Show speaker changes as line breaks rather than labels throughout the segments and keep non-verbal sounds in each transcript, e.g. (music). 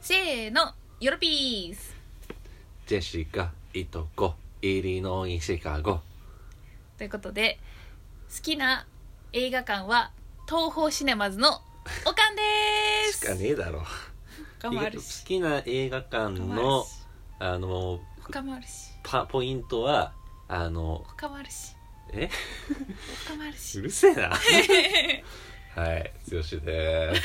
せーのヨロピース
ジェシカいとこイリノイシカゴ
ということで好きな映画館は東宝シネマズのおかんでー
し
す
かねえだろ
他もあるし
好きな映画館
他もあ
の
るし
あの
他もあるし
パポイントはあの
他もあるし
え
他もある
う
し
るせ
(laughs)
えなはい剛です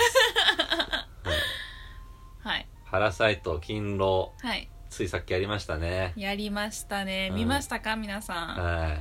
はい
原サイト勤労
はい
ついさっきやりましたね
やりましたね
うん
見ましたか皆さ
は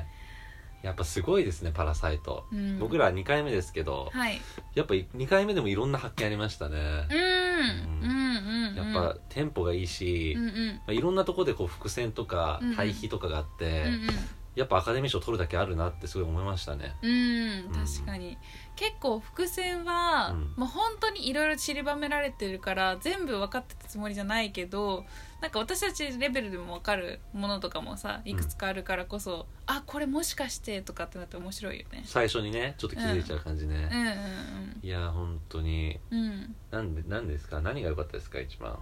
いやっぱすごいですねパラサイト、
ん、うん、
僕ら2回目ですけど
はい
やっぱ2回目でもいろんな発見ありましたね
う、んうんうんうん
やっぱテンポがいいし、
うん
ま
うんうん
あ、いろんなとこでこう伏線とか
うんうん
対比とかがあって、
うん
やっぱアカデミー賞取るだけあるなってすごい思いましたね
うん確かに結構伏線は、
うん
もう本当にいろいろ散りばめられてるから全部分かってたつもりじゃないけどなんか私たちレベルでも分かるものとかもさいくつかあるからこそ、あこれもしかしてとかってなって面白いよね
最初にねちょっと気づいちゃう感じ
うん
ね、
うん
いや本当に
うんうん
なんでなんですか何が良かったですか一番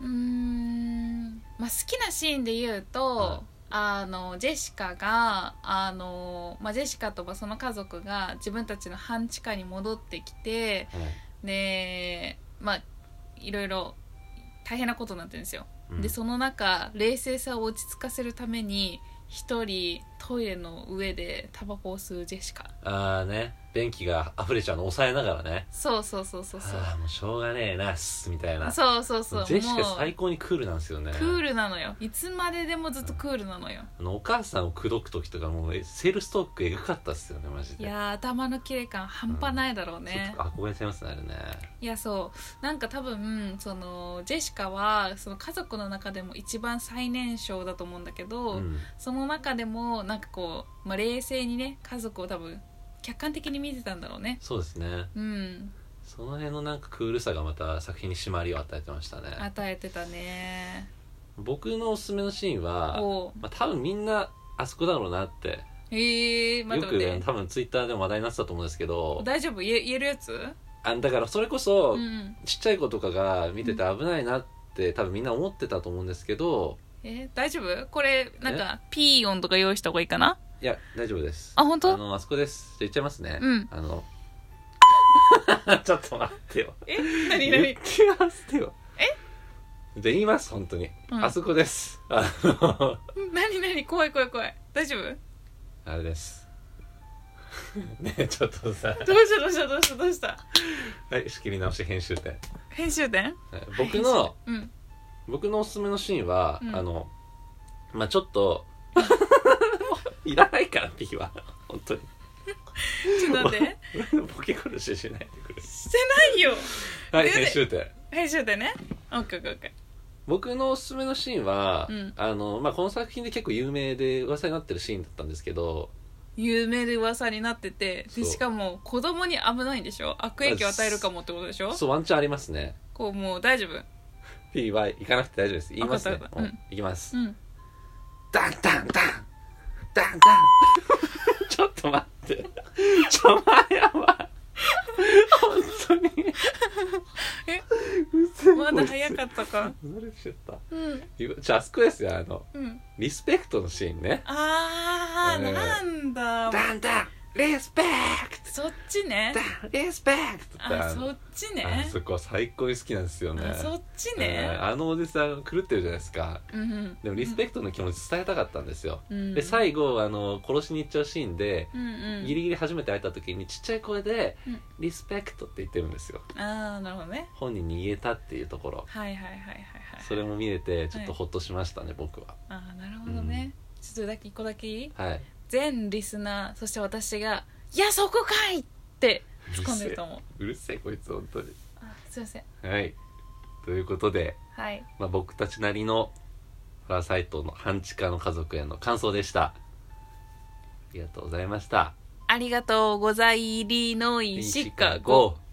うーんまあ、好きなシーンで言うと、あのジェシカがあの、まあ、ジェシカとまあその家族が自分たちの半地下に戻ってきて
はい、
でまあいろいろ大変なことになってるんですよ、
うん
でその中冷静さを落ち着かせるために一人トイレの上でタバコを吸うジェシカ
ああね便器が溢れちゃうの抑えながらね
そうそうそうそうそう
ああもうしょうがねえなっすみたいな
そうそうそう
ジェシカ
もう
最高にクールなんですよね
クールなのよいつまででもずっとクールなのよ、
あのお母さんを口説く時とかもうえセールストークエグかったっすよねマジ
い
で
やー頭の切れ感半端ないだろうね、
ちょっと憧れちゃいますねあれね
いやそうなんか多分そのジェシカはその家族の中でも一番最年少だと思うんだけど、
うん
その中でもなんかこう、まあ、冷静にね家族を多分客観的に見てたんだろうね
そうですね
うん
その辺のなんかクールさがまた作品に締まりを与えてましたね
与えてたね
僕のおすすめのシーンは、
おう
まあ、多分みんなあそこだろうなって
ええー、待
よ
って
く
待って
多分ツイッターでも話題になってたと思うんですけど
大丈夫言え言えるやつ
あだからそれこそ、
うんうん
ちっちゃい子とかが見てて危ないなって多分みんな思ってたと思うんですけど
えー大丈夫これなんかピー音とか用意した方がいいかない
や大丈夫です
あ本当
あのあそこですじゃあ言っちゃいますね
うん
あの (laughs) ちょっと待ってよ
え何
言っ
何
てますよえで言います本当に、
うん
あそこですあの
何何怖い怖い怖い大丈夫
あれですねえちょっとさ
どうしたどうしたどうしたどうした
はい仕切り直し編集点
編集点
はい僕の
うん
僕のおすすめのシーンは、
うん
あのまあちょ
(laughs)
っといらないから P は本当に
ちょっと待って
(laughs) ボケ殺ししないでくれ
してないよ
はい
え
編集点
編集点ねオッケーオッケーオッケ
僕のおすすめのシーンは、
うん
あのまあ、この作品で結構有名で噂になってるシーンだったんですけど
ー有名で噂になってて
そ
で
う
しかも子供に危ないんでしょ悪影響与えるかもってことでしょ
そうワンチャンありますね
こうもう大丈夫
P は行かなくて大丈夫です言います
わ
ね
かった
う
わ
ん
かった
行きます、
うん
ダンダンダンダンダン (laughs) ちょっと待ってちょ前やばい本当に
え
うせ
まだ早かった
(laughs)
か
ずれちゃった
うん
じゃああそこですよあの
うん
リスペクトのシーンね
あー、
えー
なんだ
ダンダンリスペク
そっちね
トダンリスペクトって
あ
あの
そっち
あ
ね
そこ最高に好きなんですよね
あそっち
え
ね
ーあのおじさん狂ってるじゃないですか
うんうん
でもリスペクトの気持ち伝えたかったんですよ、
うん
で最後あの殺しに行っちゃうシーンで、
うんうん
ギリギリ初めて会えた時にちっちゃい声で
うん
「リスペクト」って言ってるんですよ
ああなるほどね
本人に言えたっていうところ
はいはいはいはいはい
それも見れてちょっとホッとしましたね、僕は
ああなるほどね、ちょっとだけ一個だけいい
はい
全リスナーそして私が「いやそこかい!」って突っ込んでると思う
うるせえこいつ本当に
あすいません
はいということで、
はい
まあ、僕たちなりのパラサイトの半地下の家族への感想でしたありがとうございました
ありがとうございりのいシカゴ
ゴ